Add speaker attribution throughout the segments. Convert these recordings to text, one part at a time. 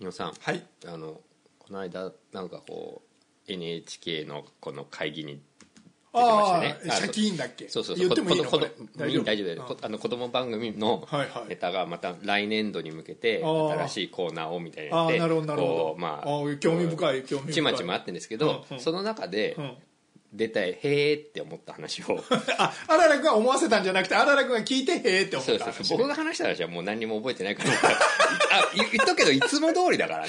Speaker 1: 野さん
Speaker 2: はい
Speaker 1: あのこの間なんかこう NHK のこの会議に
Speaker 2: あ
Speaker 1: 出てましたね
Speaker 2: あ借金だっけ
Speaker 1: そうそうそう
Speaker 2: 言ってもいいの
Speaker 1: こ
Speaker 2: こ
Speaker 1: ど
Speaker 2: れ
Speaker 1: こどいい大丈夫だよこあの子供番組の
Speaker 2: はいはい
Speaker 1: ネタがまた来年度に向けて
Speaker 2: あー
Speaker 1: 新しいコーナーをみたいなやつで
Speaker 2: あーなるほどなるほど
Speaker 1: こうま
Speaker 2: あー興味深い興味深い
Speaker 1: ちまちまあってんですけど、
Speaker 2: うんうん
Speaker 1: その中で
Speaker 2: うん
Speaker 1: 出たへえって思った話を
Speaker 2: ああららくんは思わせたんじゃなくてあららくんが聞いてへえって思
Speaker 1: そう
Speaker 2: っ
Speaker 1: で
Speaker 2: た
Speaker 1: す
Speaker 2: 話
Speaker 1: 僕が話した話はもう何にも覚えてないからあい言っとくけどいつも通りだ からね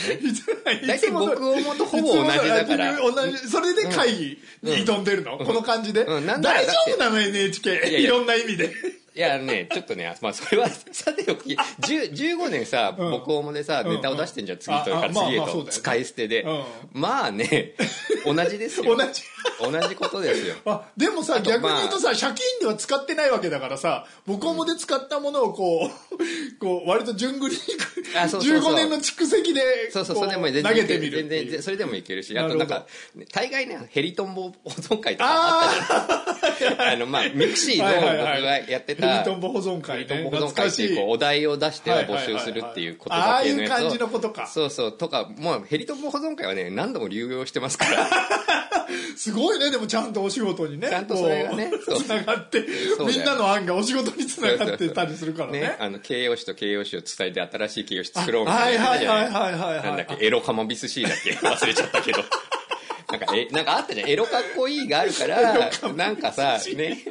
Speaker 1: 大体僕思うとほぼ同じだから
Speaker 2: いつも同じそれで会議に挑んでるの、この感じで、
Speaker 1: うんなんなら
Speaker 2: 大
Speaker 1: だ
Speaker 2: 丈
Speaker 1: って
Speaker 2: 夫なの NHK い
Speaker 1: やいや
Speaker 2: ろんな意味で
Speaker 1: いやあのねちょっとね、まあ、そ れはさておき10 15年さ
Speaker 2: うん
Speaker 1: 僕もでさ
Speaker 2: うん
Speaker 1: ネタを出してんじゃん次とか
Speaker 2: ああ
Speaker 1: ら
Speaker 2: まあ
Speaker 1: 次へ
Speaker 2: まあそう
Speaker 1: と
Speaker 2: だよね
Speaker 1: 使い捨てで
Speaker 2: う
Speaker 1: まあ ね同じです
Speaker 2: 同
Speaker 1: よ
Speaker 2: じ
Speaker 1: 同じことですよ
Speaker 2: あでもさ
Speaker 1: あと
Speaker 2: 逆に言うとさ、借金では使ってないわけだからさ母校もで使ったものをこう こう割と順繰りに
Speaker 1: あそうそうそう
Speaker 2: 15年の蓄積で
Speaker 1: そうそうそう
Speaker 2: こ
Speaker 1: れでも全
Speaker 2: 投
Speaker 1: 然
Speaker 2: げ
Speaker 1: いけ
Speaker 2: てみ
Speaker 1: る
Speaker 2: る
Speaker 1: 全
Speaker 2: って
Speaker 1: 然
Speaker 2: いう
Speaker 1: それでもいけるし
Speaker 2: な
Speaker 1: あ
Speaker 2: る
Speaker 1: と
Speaker 2: ほど
Speaker 1: なんか大概ねヘリトンボ保存会とかあ
Speaker 2: ああ
Speaker 1: ったあのまあミクシーの
Speaker 2: はい
Speaker 1: 僕
Speaker 2: は
Speaker 1: が
Speaker 2: いはい
Speaker 1: やって
Speaker 2: ヘ
Speaker 1: た
Speaker 2: リトンボ保存会ね
Speaker 1: ヘリトンボ保存会っていうこうお題を出しては募集するっていうことだけのやつを
Speaker 2: はいはいはいはいああいう感じのことか
Speaker 1: そうそうとかもうヘリトンボ保存会はね何度も流用してますから
Speaker 2: すごいねでもちゃんとお仕事にね
Speaker 1: ちゃんとそれがね
Speaker 2: こう
Speaker 1: そう
Speaker 2: つながって
Speaker 1: そうだよ
Speaker 2: みんなの案がお仕事につながってたりするからね
Speaker 1: あの形容詞と形容詞を伝えて新しい形容詞作ろうみ
Speaker 2: は
Speaker 1: たい
Speaker 2: い
Speaker 1: なやってた
Speaker 2: はい
Speaker 1: じゃな
Speaker 2: はいいはいは
Speaker 1: なん
Speaker 2: い
Speaker 1: だ
Speaker 2: はい
Speaker 1: っけエロカマビスシーだっけ忘れちゃったけど なんかえなんかあったじゃんエロかっこいいがあるからなんかさね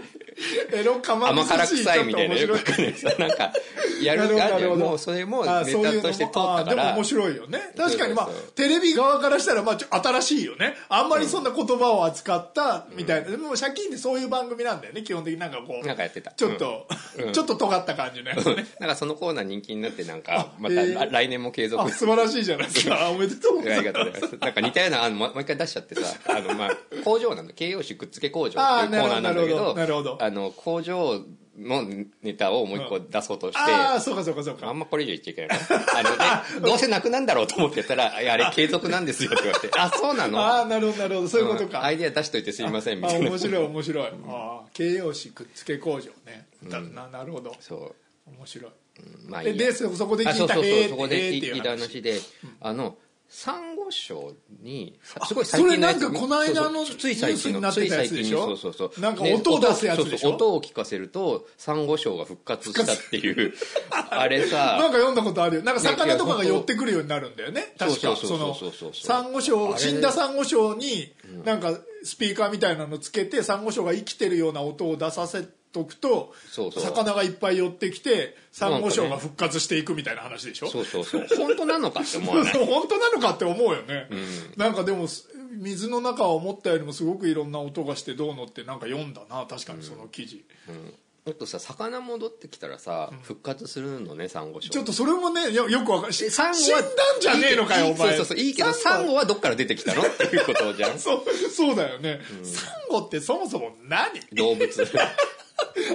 Speaker 2: エロかま
Speaker 1: 甘
Speaker 2: ぶ
Speaker 1: 辛
Speaker 2: し
Speaker 1: くさいみたいなよくわかんないさなんかやるがあるじゃんもうそれもネタとして通ったか
Speaker 2: でも
Speaker 1: ら
Speaker 2: 面白いよね確かにまあ
Speaker 1: そうそうそう
Speaker 2: テレビ側からしたらまあちょ新しいよねあんまりそんな言葉を扱ったみたいな、でも借金ってそういう番組なんだよね基本的になんかこう
Speaker 1: なんかやってた
Speaker 2: ちょっと、
Speaker 1: うん
Speaker 2: ちょっと尖った感じのやつね
Speaker 1: なんかそのコーナー人気になってなんかまた
Speaker 2: えー
Speaker 1: 来年も継続
Speaker 2: あ素晴らしいじゃないで すかおめでとうご
Speaker 1: い
Speaker 2: ざ
Speaker 1: や
Speaker 2: い
Speaker 1: あ
Speaker 2: ます
Speaker 1: りがとうござい ます。なんか似たような、あの、もうもう一回出しちゃってさ、あの、まあ、工場なんだ、形容詞くっつけ工場っていうコーナーなんだけ
Speaker 2: あーなるほどなるほ
Speaker 1: ど、
Speaker 2: ど
Speaker 1: あの、工場のネタをもう一個出そうとして、
Speaker 2: ああ
Speaker 1: あ
Speaker 2: そうかそうかそうか
Speaker 1: んまこれ以上言っちゃいけないな。あの、ね、どうせなくなんだろうと思ってたら、いや、あれ継続なんですよって言われて、あ、そうなの
Speaker 2: ああなるほどなるほどそういうこと
Speaker 1: うん
Speaker 2: か、
Speaker 1: アイデア出しといてすいません、み
Speaker 2: あ
Speaker 1: たいな
Speaker 2: 面。白い面白い、ああ形容詞くっつけ工場ね、だななるほど
Speaker 1: そ
Speaker 2: 面白い、
Speaker 1: う。うんまあい
Speaker 2: で
Speaker 1: い
Speaker 2: で
Speaker 1: や。
Speaker 2: そそこで
Speaker 1: あ、
Speaker 2: 聞
Speaker 1: そ
Speaker 2: いうた
Speaker 1: そう
Speaker 2: へ
Speaker 1: そ
Speaker 2: え
Speaker 1: う、そこで
Speaker 2: へえって
Speaker 1: 聞
Speaker 2: いう
Speaker 1: いた
Speaker 2: 話
Speaker 1: 話で、あの、サンゴ礁に、すごい最
Speaker 2: それ
Speaker 1: 近の
Speaker 2: な
Speaker 1: や
Speaker 2: ん
Speaker 1: つ
Speaker 2: かこの間
Speaker 1: そ
Speaker 2: の
Speaker 1: うそうつい最近
Speaker 2: ニ
Speaker 1: の
Speaker 2: ュースになっ
Speaker 1: つ
Speaker 2: て
Speaker 1: い
Speaker 2: たや
Speaker 1: 最
Speaker 2: つ
Speaker 1: 近
Speaker 2: でしょ
Speaker 1: そうそうそう
Speaker 2: なんか
Speaker 1: ね
Speaker 2: 音を出すやつでし
Speaker 1: そ
Speaker 2: ょ
Speaker 1: うそう音を聞かせるとサンゴ礁が復活したっていうあれ
Speaker 2: なん
Speaker 1: さ
Speaker 2: か読んだことあるよなんか
Speaker 1: いや
Speaker 2: 魚
Speaker 1: いや
Speaker 2: とかが
Speaker 1: 本当
Speaker 2: 寄ってくるようになるんだよね確
Speaker 1: そう
Speaker 2: か
Speaker 1: そうそう
Speaker 2: その
Speaker 1: そうそうそう
Speaker 2: サンゴ
Speaker 1: あれ
Speaker 2: 礁
Speaker 1: ね
Speaker 2: 死んだサンゴ礁になんかスピーカーみたいなのつけてサンゴ礁が生きてるような音を出させとくと
Speaker 1: そうそう
Speaker 2: 魚がいっぱい寄ってきてサンゴ礁が復活していくみたいな話でしょ
Speaker 1: そうそうそう本当なのかって思
Speaker 2: そ
Speaker 1: わ
Speaker 2: う
Speaker 1: ない
Speaker 2: そう 本当なのかって思うよね、なんかでもす水の中は思ったよりもすごくいろんな音がしてどうのってなんか読んだな確かにその記事、
Speaker 1: あとさ魚戻ってきたらさ復活するのねサンゴ礁
Speaker 2: ちょっとそれもねよよくわかんし
Speaker 1: サンゴ
Speaker 2: 死ん
Speaker 1: は
Speaker 2: だんじゃねえのかよお前
Speaker 1: そうそうそういいけどサンゴはどっから出てきたのっていうことじゃん
Speaker 2: そうそうだよね、サンゴってそもそも何
Speaker 1: 動物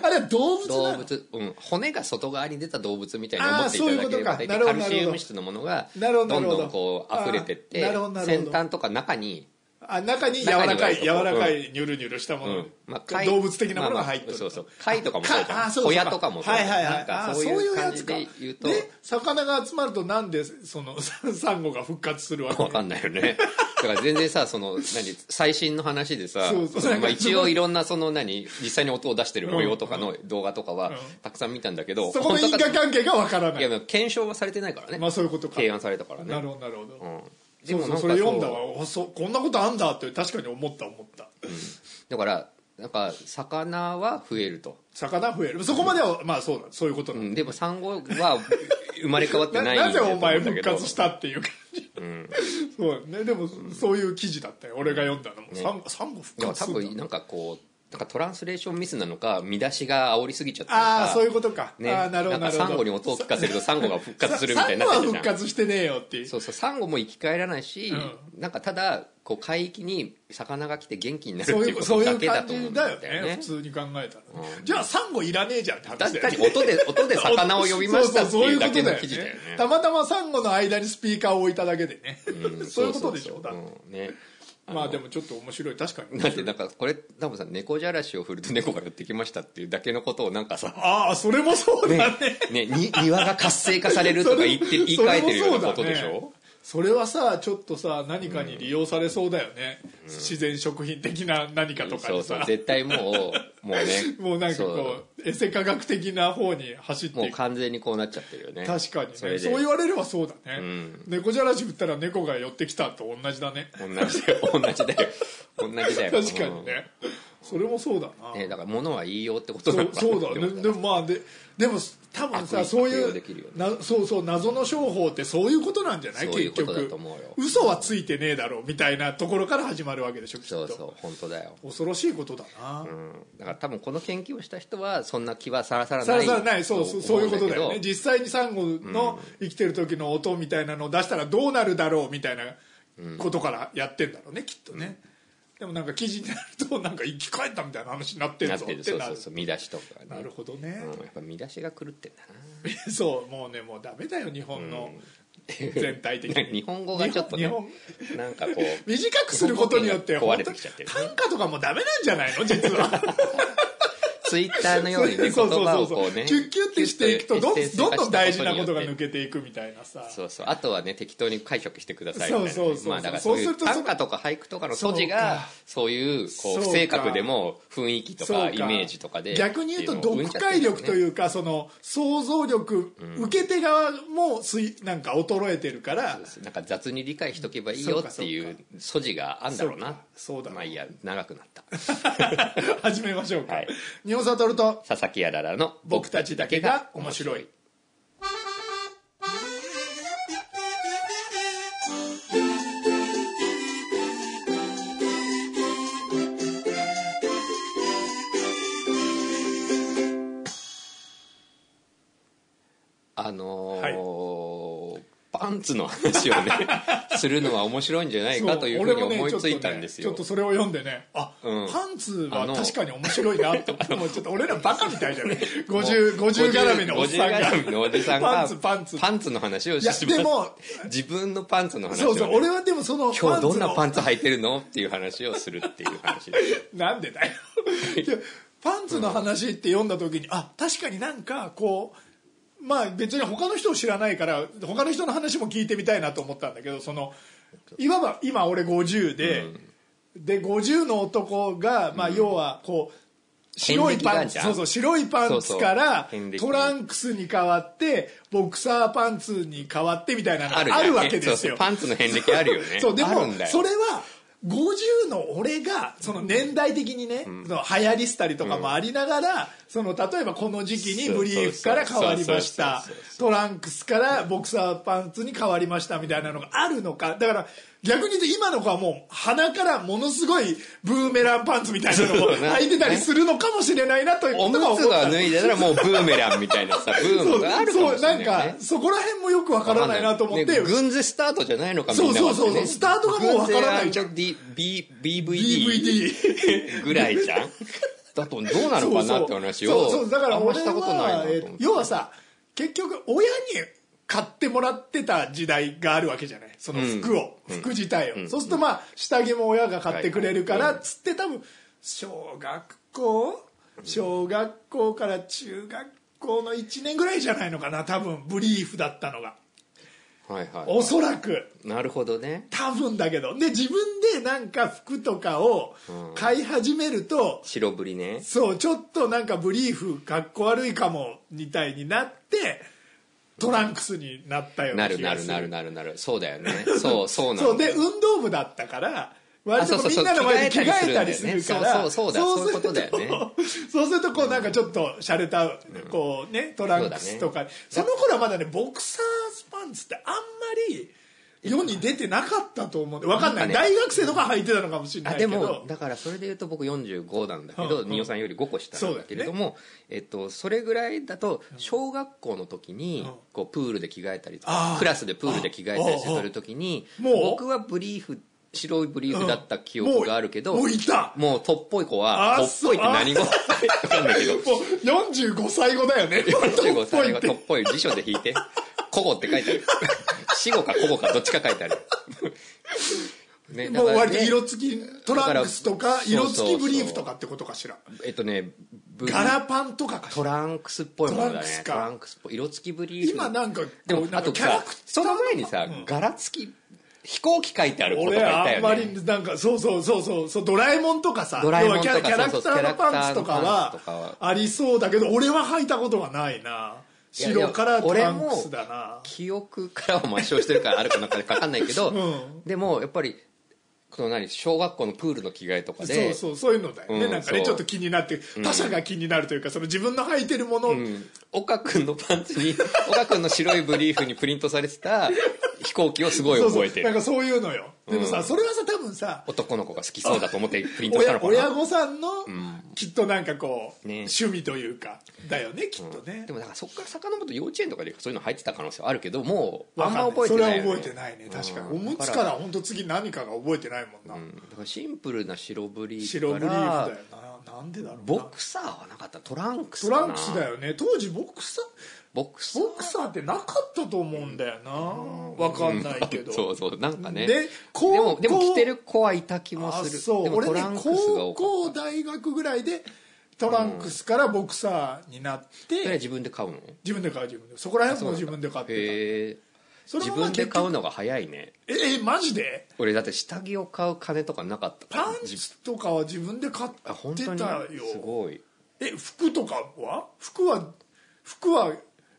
Speaker 2: あれは動物
Speaker 1: 動
Speaker 2: なの
Speaker 1: 物、うん、骨が外側に出た動物みたいに思っていただければ
Speaker 2: あーそうい
Speaker 1: 大体
Speaker 2: うことかなるほ
Speaker 1: カ
Speaker 2: ど
Speaker 1: ルシウ
Speaker 2: なるほど
Speaker 1: ム質のものが
Speaker 2: なる
Speaker 1: ど
Speaker 2: ほ
Speaker 1: ん
Speaker 2: どなるほど
Speaker 1: どんこう溢れてっ
Speaker 2: あー
Speaker 1: て
Speaker 2: なるほどなるほ
Speaker 1: 先
Speaker 2: ど
Speaker 1: 端とか中に、
Speaker 2: あ中に柔らかい柔らかいニュルニュルしたも
Speaker 1: う
Speaker 2: の、
Speaker 1: んまあ、
Speaker 2: 動物的なものが入ってる、
Speaker 1: まあまあそうそう貝とかもそうじ
Speaker 2: か
Speaker 1: ゃ
Speaker 2: あ
Speaker 1: ん
Speaker 2: そう
Speaker 1: 小
Speaker 2: そう
Speaker 1: 屋とかもそう
Speaker 2: はいはいは
Speaker 1: ないんか
Speaker 2: あ
Speaker 1: そう
Speaker 2: そう
Speaker 1: いう
Speaker 2: いうや
Speaker 1: 感じ
Speaker 2: つか
Speaker 1: で言うと
Speaker 2: で魚が集まるとなんでその ササンゴが復活するわけ
Speaker 1: わかんないよ ね。だから全然さ、その、何、最新の話でさ
Speaker 2: そうそう、
Speaker 1: まあ一応いろんなその何、実際に音を出してる模様とかの動画とかはたくさん見たんだけど、
Speaker 2: そこの因
Speaker 1: 本
Speaker 2: 果
Speaker 1: 当か
Speaker 2: 関係がわからないい
Speaker 1: や、でも検証はされてないからね。
Speaker 2: まあそういうことか
Speaker 1: 提案されたからね。
Speaker 2: なるほどなるほど、
Speaker 1: うん
Speaker 2: そうそうそれ読んだわおそこんなことあんだって確かに思った思った、
Speaker 1: だからなんか魚は増えると、
Speaker 2: 魚増えるそこまではまあそうだそういうことだ、
Speaker 1: うん、でも産後 は生まれ変わって
Speaker 2: な
Speaker 1: ない
Speaker 2: なぜお前
Speaker 1: んだ
Speaker 2: 復
Speaker 1: けど
Speaker 2: 活したっていう感じ、そうねでもそういう記事だったよ俺が読んだのも、サンサンゴ復
Speaker 1: でも
Speaker 2: 活
Speaker 1: 多
Speaker 2: する
Speaker 1: 分
Speaker 2: んだ
Speaker 1: なんかこうなんかトランスレーションミスなのか見出しが煽りすぎちゃったのか
Speaker 2: ああそういうことか、
Speaker 1: ね、
Speaker 2: ああなるほど
Speaker 1: ん
Speaker 2: な
Speaker 1: か
Speaker 2: る
Speaker 1: サンゴ
Speaker 2: ほ
Speaker 1: に
Speaker 2: ど
Speaker 1: 音を聞かせるとサンゴが復
Speaker 2: さ
Speaker 1: 活するみたいになって
Speaker 2: サ
Speaker 1: る
Speaker 2: ン
Speaker 1: じ
Speaker 2: ゴは
Speaker 1: ゃん
Speaker 2: 復活してねえよっていう
Speaker 1: そうそうサンゴも生き返らないし、なんかただこう海域に魚が来て元気になるっ
Speaker 2: そう
Speaker 1: てい
Speaker 2: い
Speaker 1: う
Speaker 2: う
Speaker 1: こと
Speaker 2: そうい
Speaker 1: だ
Speaker 2: う
Speaker 1: けだ
Speaker 2: 感
Speaker 1: と思うん
Speaker 2: じだよ
Speaker 1: だ
Speaker 2: ね
Speaker 1: よね
Speaker 2: 普通に考えたら、じゃあサンゴいらねえじゃんって話だ
Speaker 1: 確
Speaker 2: よ
Speaker 1: か
Speaker 2: ね
Speaker 1: に音で音で魚を呼びましたっていうだけの記事だよね
Speaker 2: そうそうそういうことだよねたまたまサンゴの間にスピーカーを置いただけでね、そういうことでしょ
Speaker 1: そう
Speaker 2: だ
Speaker 1: そう
Speaker 2: っ
Speaker 1: そう
Speaker 2: て
Speaker 1: うんね
Speaker 2: まあでもちょっと面白い確かに
Speaker 1: だってなんかこれ多分さ猫じゃらしを振ると猫が寄ってきましたっていうだけのことをなんか さ
Speaker 2: ああそれもそうだね
Speaker 1: ねに庭が活性化されるとか言って言い換えてるようなことでし
Speaker 2: それも
Speaker 1: ょ
Speaker 2: それはさちょっとさ何かに利用されそうだよね、自然食品的な何かとか
Speaker 1: そ
Speaker 2: に
Speaker 1: うそう
Speaker 2: さ
Speaker 1: 絶対もうもうね
Speaker 2: もうなんかこうエセ科学的な方に走っ
Speaker 1: そうも
Speaker 2: て
Speaker 1: う
Speaker 2: いく
Speaker 1: 完全にこうなっちゃってるよね
Speaker 2: 確かにね
Speaker 1: そ
Speaker 2: そ
Speaker 1: れで
Speaker 2: う言われればそうだね、
Speaker 1: うん
Speaker 2: 猫じゃらし振ったら猫が寄ってきたと同じだね
Speaker 1: 同じだよ同じだよ同じだよ
Speaker 2: 確かにねそれもそうだな、
Speaker 1: うんねだから物は言いようって ことな
Speaker 2: そ
Speaker 1: のかな
Speaker 2: うそうだ
Speaker 1: って思った
Speaker 2: ねでもまあででも多分
Speaker 1: 悪
Speaker 2: さ
Speaker 1: 意
Speaker 2: そう
Speaker 1: 悪
Speaker 2: い
Speaker 1: 用できるよ
Speaker 2: う
Speaker 1: ね
Speaker 2: なそうそう謎の商法ってそういうことなんじゃない
Speaker 1: そういう
Speaker 2: 結
Speaker 1: ことだ
Speaker 2: 局
Speaker 1: と思うよ
Speaker 2: 嘘はついてねえだろうみたいなところから始まるわけでしょきっ
Speaker 1: そ
Speaker 2: と
Speaker 1: うそう本当だよ
Speaker 2: 恐ろしいことだな、
Speaker 1: うんだから多分この研究をした人はそんな気はさらさら
Speaker 2: さ
Speaker 1: な
Speaker 2: ら
Speaker 1: い
Speaker 2: さらないそうそうそういうことだよね
Speaker 1: 思うんけど
Speaker 2: 実際にサンゴの生きてる時の音みたいなのを出したらどうなるだろうみたいなことからやってんだろうねきっとね、でもなんか記事になるとなんか生き返ったみたいな話になって
Speaker 1: な
Speaker 2: る
Speaker 1: っ
Speaker 2: ぞ
Speaker 1: てる
Speaker 2: って
Speaker 1: そう
Speaker 2: な
Speaker 1: そ
Speaker 2: る
Speaker 1: うそう見出しとかね
Speaker 2: なるほどね、
Speaker 1: うんやっぱ見出しが狂ってんだな
Speaker 2: そうもうねもうダメだよ日本の全体的に
Speaker 1: 日本語がちょっと
Speaker 2: 日
Speaker 1: ね
Speaker 2: 本
Speaker 1: なんかこう
Speaker 2: 短くすることによって
Speaker 1: 日本語が
Speaker 2: 本
Speaker 1: 壊れ
Speaker 2: 当
Speaker 1: て
Speaker 2: に
Speaker 1: きちゃってるね
Speaker 2: 短歌とかもダメなんじゃないの実は
Speaker 1: ツイッターの ようにね言
Speaker 2: そうそう
Speaker 1: 葉
Speaker 2: そう
Speaker 1: を
Speaker 2: そ
Speaker 1: こ
Speaker 2: う
Speaker 1: うね
Speaker 2: キュッキュッてしていくとどん
Speaker 1: エッセンス
Speaker 2: どん
Speaker 1: 化
Speaker 2: どん大事なことが
Speaker 1: したによ
Speaker 2: 抜
Speaker 1: って
Speaker 2: けていくみたいなさ
Speaker 1: そうそうあとはね適当に解釈してくださいみたいなね
Speaker 2: そうそうそう
Speaker 1: まあだからそうい
Speaker 2: そう
Speaker 1: う
Speaker 2: するとそ
Speaker 1: 短歌とか俳句とかの素地
Speaker 2: そう
Speaker 1: が
Speaker 2: か
Speaker 1: そういうこ
Speaker 2: そうう
Speaker 1: 不
Speaker 2: か
Speaker 1: 正確でも雰囲気と
Speaker 2: そう
Speaker 1: か
Speaker 2: か
Speaker 1: イメージとかで
Speaker 2: 逆に言うと読解力と
Speaker 1: う
Speaker 2: いうかその想像力受け手側もすいなんか衰えてるから
Speaker 1: なんか雑に理解しとけばいいよってい
Speaker 2: そう
Speaker 1: う
Speaker 2: か
Speaker 1: 素地があんだろうな
Speaker 2: そうかそうだろう
Speaker 1: まあいいや長くなった
Speaker 2: 始めましょうか
Speaker 1: はい
Speaker 2: 日本悟ると
Speaker 1: 佐々木やららの
Speaker 2: 僕たちだけが面白い
Speaker 1: あのーパンツの話を ねするのは面白いんじゃないかというふうに思いついたんですよ
Speaker 2: そう俺もねちょっとねちょっとそれを読んでねあ、
Speaker 1: うん
Speaker 2: パンツ
Speaker 1: あ
Speaker 2: は
Speaker 1: の
Speaker 2: 確かに面白いなともうちょっと俺らバカみたいじゃない 50, 50絡みのおっさんが
Speaker 1: 50絡みのおじさんが
Speaker 2: パンツパンツ
Speaker 1: パンツの話を
Speaker 2: い
Speaker 1: し
Speaker 2: や
Speaker 1: てます
Speaker 2: でも
Speaker 1: 自分のパンツの話
Speaker 2: そ
Speaker 1: を
Speaker 2: う
Speaker 1: ね
Speaker 2: そう俺はでもその
Speaker 1: 今日どんな
Speaker 2: の
Speaker 1: パンツ履いてるのっていう話をするっていう話です
Speaker 2: なんでだよでパンツの話って読んだ時に、あ確かになんかこうまあ別に他の人を知らないから他の人の話も聞いてみたいなと思ったんだけどそのいわば今俺50で、で50の男が、まあ、要はこう、白いパ
Speaker 1: 遍歴がある
Speaker 2: ンツ
Speaker 1: じゃん
Speaker 2: そうそう白いパンツから
Speaker 1: そうそう遍歴
Speaker 2: トランクスに変わってボクサーパンツに変わってみたいなのが
Speaker 1: あるじゃん
Speaker 2: あるわけですよ
Speaker 1: そうそうパンツの遍歴あるよね
Speaker 2: そうで
Speaker 1: あ
Speaker 2: も
Speaker 1: るんだよ
Speaker 2: それは50の俺がその年代的にね、その流行りしたりとかもありながら、その例えばこの時期にブリーフから変わりました
Speaker 1: そうそうそうそ
Speaker 2: トランクスからボクサーパンツに変わりましたみたいなのがあるのかだから逆に言うと今の子はもう鼻からものすごいブーメランパンツみたいなのを履いてたりするのかもしれないなという
Speaker 1: お
Speaker 2: こと
Speaker 1: む
Speaker 2: が
Speaker 1: つ
Speaker 2: 思った
Speaker 1: が脱いでたらもうブーメランみたいなさブームがあるか
Speaker 2: そ
Speaker 1: も
Speaker 2: う
Speaker 1: し
Speaker 2: な
Speaker 1: れ
Speaker 2: ん
Speaker 1: ない、ね
Speaker 2: か、そこら辺もよくわからないなと思って、
Speaker 1: ね軍勢スタートじゃないのかみ
Speaker 2: そうん
Speaker 1: なはってね
Speaker 2: そうそうそうスタートがもうわからない
Speaker 1: 軍勢はちょっと D- B- BVD
Speaker 2: DVD
Speaker 1: ぐらいじ ゃんだとどうなのかなって話を
Speaker 2: そうそうそうだから
Speaker 1: あんま
Speaker 2: 俺
Speaker 1: したことないな
Speaker 2: は
Speaker 1: と思
Speaker 2: え
Speaker 1: っ
Speaker 2: ー
Speaker 1: て
Speaker 2: と要はさ結局親に買ってもらってた時代があるわけじゃないその服を、服自体を、そうするとまあ下着も親が買ってくれるからつって多分小学校小学校から中学校の1年ぐらいじゃないのかな多分ブリーフだったのが
Speaker 1: はいはい
Speaker 2: おそらく
Speaker 1: なるほどね
Speaker 2: 多分だけどで自分でなんか服とかを買い始めると、
Speaker 1: 白ぶりね
Speaker 2: そうちょっとなんかブリーフかっこ悪いかもみたいになってトランクスになったよう
Speaker 1: な
Speaker 2: な
Speaker 1: る
Speaker 2: 気
Speaker 1: な
Speaker 2: が
Speaker 1: る
Speaker 2: する
Speaker 1: なるなるなるそうだよねそうそうな
Speaker 2: そ
Speaker 1: の
Speaker 2: うで運動部だったから割とこうみんなの前で着替えたりするから
Speaker 1: そうそうそう着替えたりするんだよねそうそうそうだそういうことだよね
Speaker 2: そうするとこうなんかちょっと洒落たこうねトランクスとかその頃はまだねボクサーパンツってあんまり世に出てなかったと思うわかんない
Speaker 1: なんか
Speaker 2: 大学生とか履いてたのかもしれな
Speaker 1: あ
Speaker 2: いけ
Speaker 1: で
Speaker 2: ど
Speaker 1: もだからそれで言うと僕45なんだけど
Speaker 2: うんうん
Speaker 1: 二葉さんより5個下なんだけれども、えっと、それぐらいだと小学校の時に
Speaker 2: うん
Speaker 1: こうプールで着替えたりと
Speaker 2: あ
Speaker 1: か
Speaker 2: ー
Speaker 1: クラスでプールで着替えたりしてる時に
Speaker 2: あーもう
Speaker 1: 僕はブリーフ白いブリーフだった記憶があるけど
Speaker 2: もうもういた
Speaker 1: もうとっぽい子は
Speaker 2: あ
Speaker 1: と
Speaker 2: ー
Speaker 1: っぽいって何語わかんないけど
Speaker 2: もう45歳後だよね
Speaker 1: 45歳
Speaker 2: と
Speaker 1: が
Speaker 2: っぽいって
Speaker 1: とっぽい辞書で引いて「古語」って書いてある死語か古語かどっちか書いてある、ね
Speaker 2: もう
Speaker 1: だからね
Speaker 2: 割と色付きトランクスと
Speaker 1: だか
Speaker 2: から色付きブリーフとかってことかしら
Speaker 1: えっとね、ブリ
Speaker 2: ガラパンとかかし
Speaker 1: ト
Speaker 2: ら
Speaker 1: ランクスっぽいもの
Speaker 2: トラ
Speaker 1: だ
Speaker 2: ンク
Speaker 1: ね
Speaker 2: ス
Speaker 1: ト
Speaker 2: か
Speaker 1: ランクスっぽい色付きブリーフ
Speaker 2: 今なんかこう
Speaker 1: でも
Speaker 2: な
Speaker 1: あ
Speaker 2: んか
Speaker 1: と
Speaker 2: キャラ
Speaker 1: さ
Speaker 2: クター
Speaker 1: その前にさ柄付き飛行機書いてある子とかい
Speaker 2: 俺
Speaker 1: た
Speaker 2: あんま
Speaker 1: よ
Speaker 2: り
Speaker 1: ね
Speaker 2: なんかそうそうそうそうそうドラえもんとかさ
Speaker 1: ドラえもんとか
Speaker 2: 要はキャラキ
Speaker 1: そ
Speaker 2: ャ
Speaker 1: うそう
Speaker 2: ラクターのパンツとか
Speaker 1: キャラクターのパンツ
Speaker 2: は
Speaker 1: と
Speaker 2: ありそうだけど俺は履いたことがないない
Speaker 1: やいや
Speaker 2: 白からトランクスだな
Speaker 1: 記憶からは抹消してるからあるかなんかかかんないけど、
Speaker 2: ん
Speaker 1: でもやっぱりこの何小学校のプールの着替えとか
Speaker 2: そう
Speaker 1: で
Speaker 2: そうそういうのだよね、
Speaker 1: うん
Speaker 2: なんかね
Speaker 1: そう
Speaker 2: ちょっと気になって他者が気になるというかその自分の履いてるもの、
Speaker 1: うん岡君のパンツに 岡君の白いブリーフにプリントされてた飛行機をすごい
Speaker 2: そうそ
Speaker 1: 覚え
Speaker 2: う
Speaker 1: て
Speaker 2: なん
Speaker 1: る
Speaker 2: かそういうのよでもさ、
Speaker 1: うん
Speaker 2: それはさ多分さ
Speaker 1: 男の子が好きそうだと思ってプリントしたの
Speaker 2: 親
Speaker 1: か
Speaker 2: 親
Speaker 1: な
Speaker 2: 御さんのきっとなんかこう、
Speaker 1: ね
Speaker 2: 趣味というかだよねきっとね、
Speaker 1: でもだからそこから遡ると幼稚園とかでそういうの入ってた可能性はあるけどもうあ
Speaker 2: わ
Speaker 1: ん
Speaker 2: か
Speaker 1: ま
Speaker 2: ん
Speaker 1: 覚えてない
Speaker 2: それは
Speaker 1: よ
Speaker 2: 覚えてないね確かに、
Speaker 1: うん
Speaker 2: おむつから本当次何かが覚えてないもんな、
Speaker 1: うんだからシンプルな白ブリーフ
Speaker 2: 白
Speaker 1: から
Speaker 2: ブリーフだよななんでだろうな
Speaker 1: ボクサーはなかったトランクス
Speaker 2: ト
Speaker 1: かな
Speaker 2: ランクスだよね当時ボクサー
Speaker 1: ボクサー
Speaker 2: ボクサーってなかったと思うんだよなわかんないけど、
Speaker 1: そうそうなんかね
Speaker 2: で
Speaker 1: で
Speaker 2: 高
Speaker 1: も
Speaker 2: 校
Speaker 1: でも着てる子はいた気も
Speaker 2: あ
Speaker 1: する
Speaker 2: そう
Speaker 1: でも
Speaker 2: 俺
Speaker 1: トラン
Speaker 2: ね
Speaker 1: クスが
Speaker 2: 高
Speaker 1: 多か
Speaker 2: 校
Speaker 1: った
Speaker 2: 大学ぐらいでトランクスからボクサーになっ
Speaker 1: それは
Speaker 2: て、
Speaker 1: 自分で買うの
Speaker 2: 自分で買う自分でそこら辺も
Speaker 1: あそ
Speaker 2: 自
Speaker 1: うな
Speaker 2: 分
Speaker 1: ん
Speaker 2: で
Speaker 1: だ
Speaker 2: 買って
Speaker 1: へえ
Speaker 2: たそれ
Speaker 1: 自
Speaker 2: もまあ
Speaker 1: 分で買う
Speaker 2: 結
Speaker 1: のが早いね
Speaker 2: 局ええマジで
Speaker 1: 俺だって下着を買う金とかなかったから
Speaker 2: パン
Speaker 1: 自
Speaker 2: ツとかは自分で買って
Speaker 1: あ本当
Speaker 2: た
Speaker 1: に
Speaker 2: よ
Speaker 1: すごい
Speaker 2: え服とかは服は服は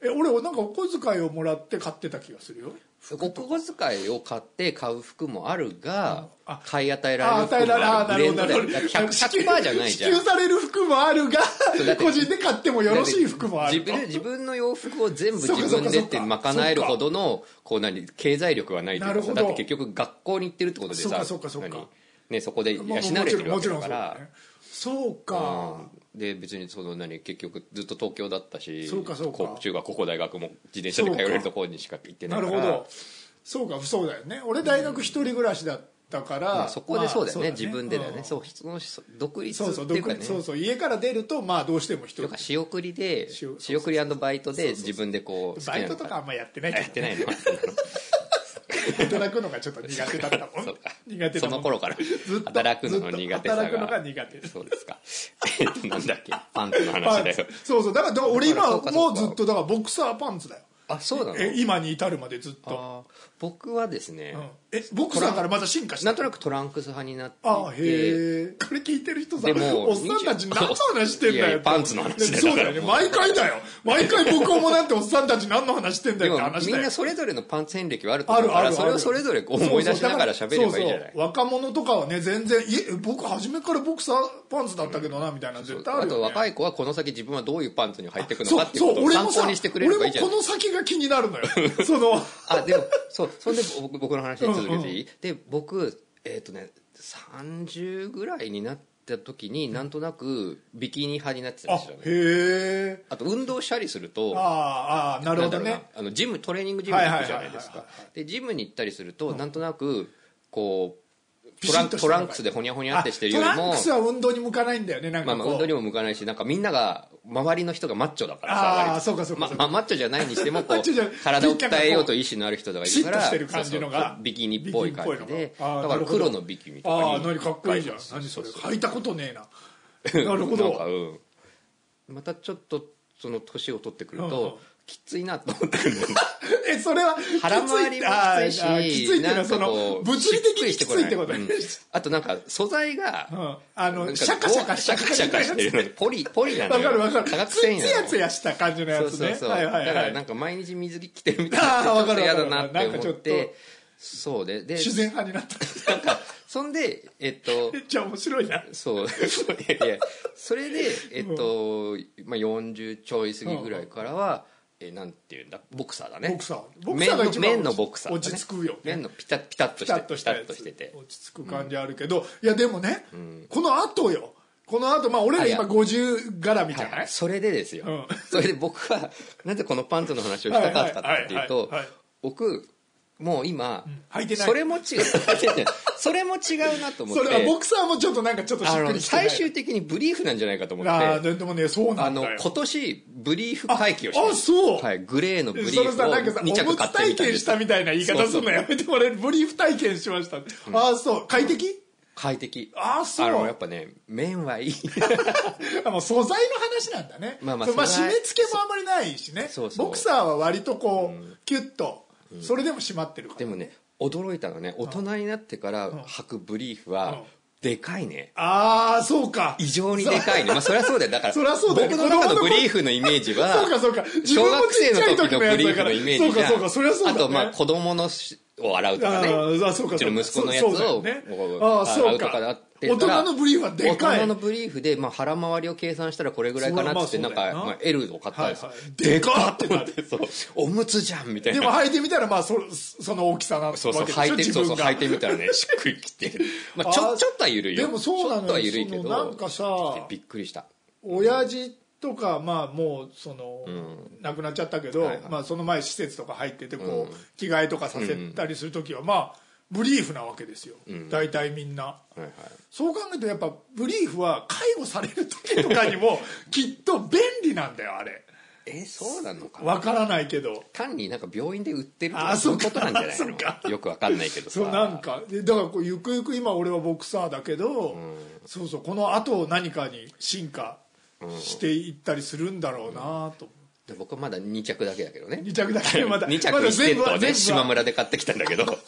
Speaker 2: え俺なんかお小遣いをもらって買ってた気がするよ
Speaker 1: お小遣いを買って買う服もあるが
Speaker 2: あ
Speaker 1: 買い与えられ
Speaker 2: あ
Speaker 1: る
Speaker 2: あ
Speaker 1: 服
Speaker 2: 与えられ
Speaker 1: も
Speaker 2: あ
Speaker 1: あ
Speaker 2: あな
Speaker 1: るブ
Speaker 2: る
Speaker 1: レ
Speaker 2: ほ
Speaker 1: ンド
Speaker 2: ど
Speaker 1: だ
Speaker 2: な
Speaker 1: よだから
Speaker 2: るほど
Speaker 1: 100%, じゃないじゃん
Speaker 2: 支給される服もあるが
Speaker 1: うだって
Speaker 2: 個人で買ってもよろしい服もある
Speaker 1: 自
Speaker 2: と
Speaker 1: 分自分の洋服を全部
Speaker 2: そう
Speaker 1: 自
Speaker 2: か
Speaker 1: 分で
Speaker 2: そう
Speaker 1: っ
Speaker 2: か
Speaker 1: て
Speaker 2: そうか
Speaker 1: 賄えるほどのこう何経済力はないという
Speaker 2: なる
Speaker 1: か
Speaker 2: ほ
Speaker 1: さ
Speaker 2: ど
Speaker 1: だって結局学校に行ってるってことで
Speaker 2: そうか
Speaker 1: さ
Speaker 2: そうかそうか
Speaker 1: 何ね、そこで養
Speaker 2: まあ
Speaker 1: われてるわけだか
Speaker 2: だ
Speaker 1: ら
Speaker 2: よ、ねそうか
Speaker 1: うんで別にその何結局ずっと東京だったし
Speaker 2: そうかそうか
Speaker 1: 高中学高校大学も自転車で通れるところにしか行ってな
Speaker 2: ない
Speaker 1: か
Speaker 2: る
Speaker 1: ら
Speaker 2: ほどそうかそうだよね俺大学一人暮らしだったか
Speaker 1: ま
Speaker 2: ら
Speaker 1: あそこでそうだよね,、
Speaker 2: まあ
Speaker 1: 自分でだよね、
Speaker 2: うん
Speaker 1: そうそのそ独立
Speaker 2: そうそう
Speaker 1: っていうか
Speaker 2: 独
Speaker 1: ね
Speaker 2: 立そうそう家から出るとまあどうしても一
Speaker 1: と
Speaker 2: 人
Speaker 1: か仕送りで
Speaker 2: 仕送り
Speaker 1: 仕送りバイトで自分でこう好き
Speaker 2: バ
Speaker 1: な
Speaker 2: イ
Speaker 1: の
Speaker 2: トとかあんまやってないけど
Speaker 1: やってないの
Speaker 2: いただくのがちょっと苦手だったもん
Speaker 1: そうか
Speaker 2: 苦手だ
Speaker 1: そ
Speaker 2: も
Speaker 1: の
Speaker 2: ん
Speaker 1: 頃から
Speaker 2: ずっと
Speaker 1: 働くのの苦手さが
Speaker 2: ずっと働くのが苦手
Speaker 1: そうですかえっとなんだっけパンツの
Speaker 2: パ
Speaker 1: 話
Speaker 2: ン
Speaker 1: だ
Speaker 2: ツ
Speaker 1: よ
Speaker 2: そうそうだからだから俺今
Speaker 1: そうかそう
Speaker 2: も
Speaker 1: か
Speaker 2: うずっとだからボクサーパンツだよ
Speaker 1: あそうなの
Speaker 2: え今に至るまでずっと、
Speaker 1: あー僕はですね、
Speaker 2: うんえボクサーからまた進化した
Speaker 1: なんとなくトランクス派になっていて
Speaker 2: ああへえこれ聞いてる人さ
Speaker 1: でも
Speaker 2: おっさんたち何の話してんだよ
Speaker 1: いやいやパンツの話だよ
Speaker 2: そうだよね
Speaker 1: だからもう
Speaker 2: 毎回だよ毎回僕もなんておっさんたち何の話してんだ
Speaker 1: で
Speaker 2: よっ
Speaker 1: も
Speaker 2: て話
Speaker 1: み
Speaker 2: だ
Speaker 1: ん
Speaker 2: よ
Speaker 1: なそれぞれのパンツ遍歴はあると
Speaker 2: あ
Speaker 1: 思う
Speaker 2: る
Speaker 1: か
Speaker 2: あるあ
Speaker 1: らそ
Speaker 2: る
Speaker 1: れをそれぞれこう思い出しながら喋ればいいじゃ
Speaker 2: そ
Speaker 1: な
Speaker 2: う
Speaker 1: い
Speaker 2: そう若者とかはね全然いえ僕初めからボクサーパンツだったけどなみたいな絶対あ
Speaker 1: あ
Speaker 2: るよ、
Speaker 1: と
Speaker 2: ね、
Speaker 1: 若い子はこの先自分はどういうパンツに入っていくの
Speaker 2: そ
Speaker 1: か
Speaker 2: う
Speaker 1: っていう
Speaker 2: そ
Speaker 1: こと
Speaker 2: う
Speaker 1: を
Speaker 2: 俺も
Speaker 1: 参
Speaker 2: さ
Speaker 1: 考にしてくれ
Speaker 2: 俺
Speaker 1: れば
Speaker 2: も
Speaker 1: いいじゃな
Speaker 2: こ
Speaker 1: い
Speaker 2: の先が気になる のよその
Speaker 1: あでもそうそんで僕僕の話に続けていい、で僕えっ、とね30ぐらいになった時になんとなくビキニ派になってた
Speaker 2: あ
Speaker 1: ん
Speaker 2: へ
Speaker 1: ですよね
Speaker 2: え
Speaker 1: あと運動したりすると
Speaker 2: あーあーなる
Speaker 1: な
Speaker 2: ほ
Speaker 1: んだ
Speaker 2: ど
Speaker 1: ろうな
Speaker 2: ね
Speaker 1: あのジムトレーニングジムに行くじゃないです
Speaker 2: は
Speaker 1: か
Speaker 2: いはいはい
Speaker 1: でジムに行ったりするとなんとなくこう
Speaker 2: ピ
Speaker 1: ト
Speaker 2: シ
Speaker 1: ラ
Speaker 2: ッ
Speaker 1: ン
Speaker 2: と
Speaker 1: ク
Speaker 2: した
Speaker 1: ト
Speaker 2: のが
Speaker 1: ランクスでほにゃほにゃ
Speaker 2: あ
Speaker 1: ってしてる
Speaker 2: ト
Speaker 1: より
Speaker 2: ラン
Speaker 1: も
Speaker 2: クスは運動に向かないんだよねなん
Speaker 1: ま
Speaker 2: か
Speaker 1: あ、まあ
Speaker 2: こ
Speaker 1: 運動に
Speaker 2: う
Speaker 1: も向かないしなんかみんなが周りの人がマッチョだから
Speaker 2: あ
Speaker 1: さ割と
Speaker 2: ーそうかそうか
Speaker 1: ま
Speaker 2: そうか
Speaker 1: まあマッチョじゃないにしてもこ
Speaker 2: マッチョじゃないう
Speaker 1: 体を鍛えようと意志のある人がいるから
Speaker 2: ピシッとしてる感じのが
Speaker 1: そうそうビキニっぽい感じで
Speaker 2: ビキニっぽいのがあー
Speaker 1: だから黒のビキニと
Speaker 2: ああ
Speaker 1: か
Speaker 2: 何
Speaker 1: に
Speaker 2: かっこいいじゃん何それ履いたことねえななるほ
Speaker 1: なんか
Speaker 2: ど
Speaker 1: うんまたちょっとその年を取ってくる
Speaker 2: うんうん
Speaker 1: ときついなと思ってくるん だよね
Speaker 2: えそれは
Speaker 1: 腹回りもきつい
Speaker 2: あーあーき
Speaker 1: し
Speaker 2: ついっていうの
Speaker 1: な
Speaker 2: は
Speaker 1: ん
Speaker 2: そ
Speaker 1: かこ
Speaker 2: の
Speaker 1: う
Speaker 2: 物理的にきついってこと
Speaker 1: し
Speaker 2: ね
Speaker 1: くりしてこないうんあとなんか素材
Speaker 2: う
Speaker 1: が
Speaker 2: んあ
Speaker 1: なんか
Speaker 2: のシャカシャカ
Speaker 1: シャカシャカしてるのポリポリなの
Speaker 2: わ
Speaker 1: よ
Speaker 2: かるわかる
Speaker 1: 化学
Speaker 2: つ
Speaker 1: 繊維
Speaker 2: い
Speaker 1: な
Speaker 2: つ
Speaker 1: の
Speaker 2: やつやした感じのや
Speaker 1: そう
Speaker 2: つ
Speaker 1: そう
Speaker 2: ね
Speaker 1: そう、
Speaker 2: はいはい
Speaker 1: だから
Speaker 2: は
Speaker 1: なん
Speaker 2: い
Speaker 1: か毎日水着着てるみたいな
Speaker 2: あーわかる
Speaker 1: 嫌だ
Speaker 2: わか
Speaker 1: な
Speaker 2: る
Speaker 1: って思っ
Speaker 2: なんか
Speaker 1: てそうでで
Speaker 2: 自然派になった
Speaker 1: なんかそんでえっと
Speaker 2: めっちゃ面白いな
Speaker 1: そういやいやそれでえっと、まあ、40ちょい過ぎぐらいからは、えなんていうんだボクサーだね
Speaker 2: ボクサーボクサーが一番
Speaker 1: 面の面のボクサーだね、
Speaker 2: 落ち着くよね
Speaker 1: 面のピタッピタッと
Speaker 2: ピ
Speaker 1: して
Speaker 2: タッとしたや
Speaker 1: ピタッ
Speaker 2: つ
Speaker 1: してて
Speaker 2: 落ち着く感じあるけど、いやでもね、この後よこの後まあ俺ら
Speaker 1: あいや
Speaker 2: 今50絡みじゃ
Speaker 1: は
Speaker 2: ない
Speaker 1: い、それでですよ、
Speaker 2: うん
Speaker 1: それで僕はなぜこのパンツの話をしたかったかっていう
Speaker 2: はい
Speaker 1: と
Speaker 2: はいはいはい
Speaker 1: 僕もう今、
Speaker 2: 履いてない
Speaker 1: それも違う それも違うなと思っ
Speaker 2: それは
Speaker 1: て
Speaker 2: ボクサーもちょっとなんかちょっとし
Speaker 1: あ
Speaker 2: っく
Speaker 1: の
Speaker 2: りしてない
Speaker 1: 最終的にブリーフなんじゃないかと思
Speaker 2: ああ
Speaker 1: って
Speaker 2: ででもねそうな
Speaker 1: あ
Speaker 2: んだ
Speaker 1: の
Speaker 2: よ
Speaker 1: 今年ブリーフ回帰をしました
Speaker 2: ああそう
Speaker 1: はい、グレーのブリー
Speaker 2: そ
Speaker 1: フ
Speaker 2: の
Speaker 1: を
Speaker 2: さなんかさ
Speaker 1: 2
Speaker 2: おむ
Speaker 1: 着買ってみた
Speaker 2: つ体
Speaker 1: ん
Speaker 2: 験
Speaker 1: で
Speaker 2: し
Speaker 1: す
Speaker 2: たみたいな言い方するのやめてもらえるブリーフ体験しました、ああそう快適
Speaker 1: 快適
Speaker 2: ああそう
Speaker 1: あのやっぱね麺はい い
Speaker 2: あもう素材の話なんだね、
Speaker 1: まあまあ
Speaker 2: そうまあ、
Speaker 1: 素
Speaker 2: 締
Speaker 1: 材
Speaker 2: め付けもあんまりないしね
Speaker 1: そうそう
Speaker 2: ボクサーは割とこう、キュッとそれでも締まってるから、
Speaker 1: でもね驚いたのはね大人になってから履くブリーフ
Speaker 2: うん
Speaker 1: はでかいね
Speaker 2: ああそうか
Speaker 1: 異常にでかいねまあそりゃそうだよだから
Speaker 2: そりゃそうだよ
Speaker 1: 僕の中
Speaker 2: 子供の
Speaker 1: の
Speaker 2: 頃
Speaker 1: ブリーフのイメージは
Speaker 2: そうかそうか自
Speaker 1: 小
Speaker 2: 分も
Speaker 1: 学
Speaker 2: ち
Speaker 1: 生
Speaker 2: っちゃ
Speaker 1: の
Speaker 2: い時
Speaker 1: 時の
Speaker 2: のや
Speaker 1: ブ
Speaker 2: つ
Speaker 1: リー
Speaker 2: だか
Speaker 1: フ
Speaker 2: ら
Speaker 1: のイメージじゃん
Speaker 2: そうかそうかそりゃそうだ
Speaker 1: あ
Speaker 2: ね
Speaker 1: とまあ子供のしを洗うとかね
Speaker 2: あーあそうかそうか
Speaker 1: ちの息子のやつ
Speaker 2: そうだよ
Speaker 1: を
Speaker 2: ね
Speaker 1: こう
Speaker 2: あー
Speaker 1: 洗
Speaker 2: そう
Speaker 1: うと
Speaker 2: か
Speaker 1: かだって言ったら
Speaker 2: 大人のブリーフはでか
Speaker 1: 大
Speaker 2: い
Speaker 1: 人のブリーフでまあ腹回りを計算したらこれぐらいかなっつって
Speaker 2: そ
Speaker 1: な
Speaker 2: うんまあそうだよ
Speaker 1: か
Speaker 2: な
Speaker 1: まあ L を買ったんですよ
Speaker 2: はいはい
Speaker 1: でかっと思っ
Speaker 2: で
Speaker 1: てそうおむつじゃんみたい
Speaker 2: で
Speaker 1: な
Speaker 2: も履いてみたらまあそその大きさなわけでし
Speaker 1: そ
Speaker 2: ょ
Speaker 1: うそう、履いて、
Speaker 2: 自
Speaker 1: そうそ
Speaker 2: 分
Speaker 1: う、履い
Speaker 2: が
Speaker 1: てみたらね、しっくりき て。まあ、ち
Speaker 2: あー
Speaker 1: ょ、ちょっとは緩いよ。
Speaker 2: でもそうな
Speaker 1: ち
Speaker 2: のよ
Speaker 1: ょっとは緩いけ
Speaker 2: そ
Speaker 1: ど。
Speaker 2: のなんかさ
Speaker 1: びっくりした。
Speaker 2: 親父とかまあもうその、亡くなっちゃったけど、
Speaker 1: はいはい
Speaker 2: まあ、その前施設とか入っててこう、
Speaker 1: うん
Speaker 2: 着替えとかさせたりする時はまあブリーフなわけですよ、大体みんな。
Speaker 1: はいはい。
Speaker 2: そう考えるとやっぱブリーフは介護される時とか にもきっと便利なんだよあれ
Speaker 1: え、そうなのかな
Speaker 2: わからないけど
Speaker 1: 単になんか病院で売ってると
Speaker 2: あー
Speaker 1: か、そういうこ
Speaker 2: そっか
Speaker 1: となんじゃない
Speaker 2: そっか
Speaker 1: のよくわかんないけどさ。
Speaker 2: そうなんかでだからこうゆくゆく今俺はボクサーだけど、そうそうこの後何かに進化していったりするんだろうなと思
Speaker 1: で僕はまだ2着だけだけど
Speaker 2: う、
Speaker 1: ね。
Speaker 2: 2着だけまだ
Speaker 1: 2着
Speaker 2: まだ
Speaker 1: 1セ
Speaker 2: 全
Speaker 1: ッ
Speaker 2: 部
Speaker 1: ト
Speaker 2: は
Speaker 1: はね、
Speaker 2: 全部
Speaker 1: 島
Speaker 2: は
Speaker 1: 村で買ってきたんだけど。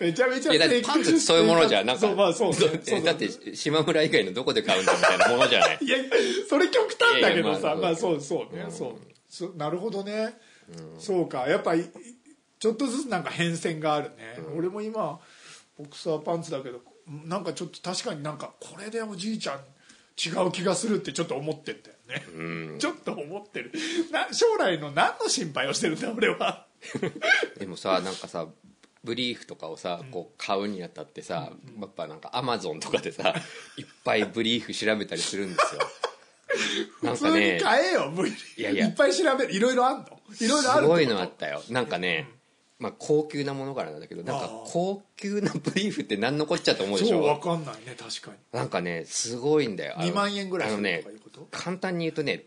Speaker 2: めちゃめちゃ
Speaker 1: いや、だって パンツってそういうものじゃん。なんか、
Speaker 2: そうま あそうね
Speaker 1: ど
Speaker 2: そう
Speaker 1: だって島村以外のどこで買うんだみたいなものじゃない。
Speaker 2: いやそれ極端だけど
Speaker 1: いや
Speaker 2: さ
Speaker 1: いや
Speaker 2: ま
Speaker 1: ま
Speaker 2: あ
Speaker 1: あ
Speaker 2: そうそうね、そうそなるほどね、そうかやっぱいちょっとずつなんか変遷があるね、俺も今ボクサーパンツだけどなんかちょっと確かになんかこれでおじいちゃん違う気がするってちょっと思ってんだよね、ちょっと思ってるな将来の何の心配をしてるんだ俺は
Speaker 1: でもさなんかさブリーフとかをさこう買うにあたってさ、やっぱなんかアマゾンとかで さいっぱいブリーフ調べたりするんですよ なん
Speaker 2: 普
Speaker 1: か
Speaker 2: 通に
Speaker 1: ね
Speaker 2: 買えよ、ブリ
Speaker 1: いやいや
Speaker 2: いっぱい調べるいろいろあんのいろいろ
Speaker 1: す
Speaker 2: あるってこ
Speaker 1: ご
Speaker 2: と
Speaker 1: いのあったよなんかね、まあ、高級なものからなんだけどなん
Speaker 2: あ
Speaker 1: か
Speaker 2: ー
Speaker 1: 高級なブリーフって何のこっちゃと思うでし
Speaker 2: そうわ
Speaker 1: ょ
Speaker 2: かんないね確かに
Speaker 1: なんかねすごいんだよあの
Speaker 2: 2万円ぐらい
Speaker 1: あの
Speaker 2: する
Speaker 1: ね
Speaker 2: とかいうこと
Speaker 1: 簡単に言うとね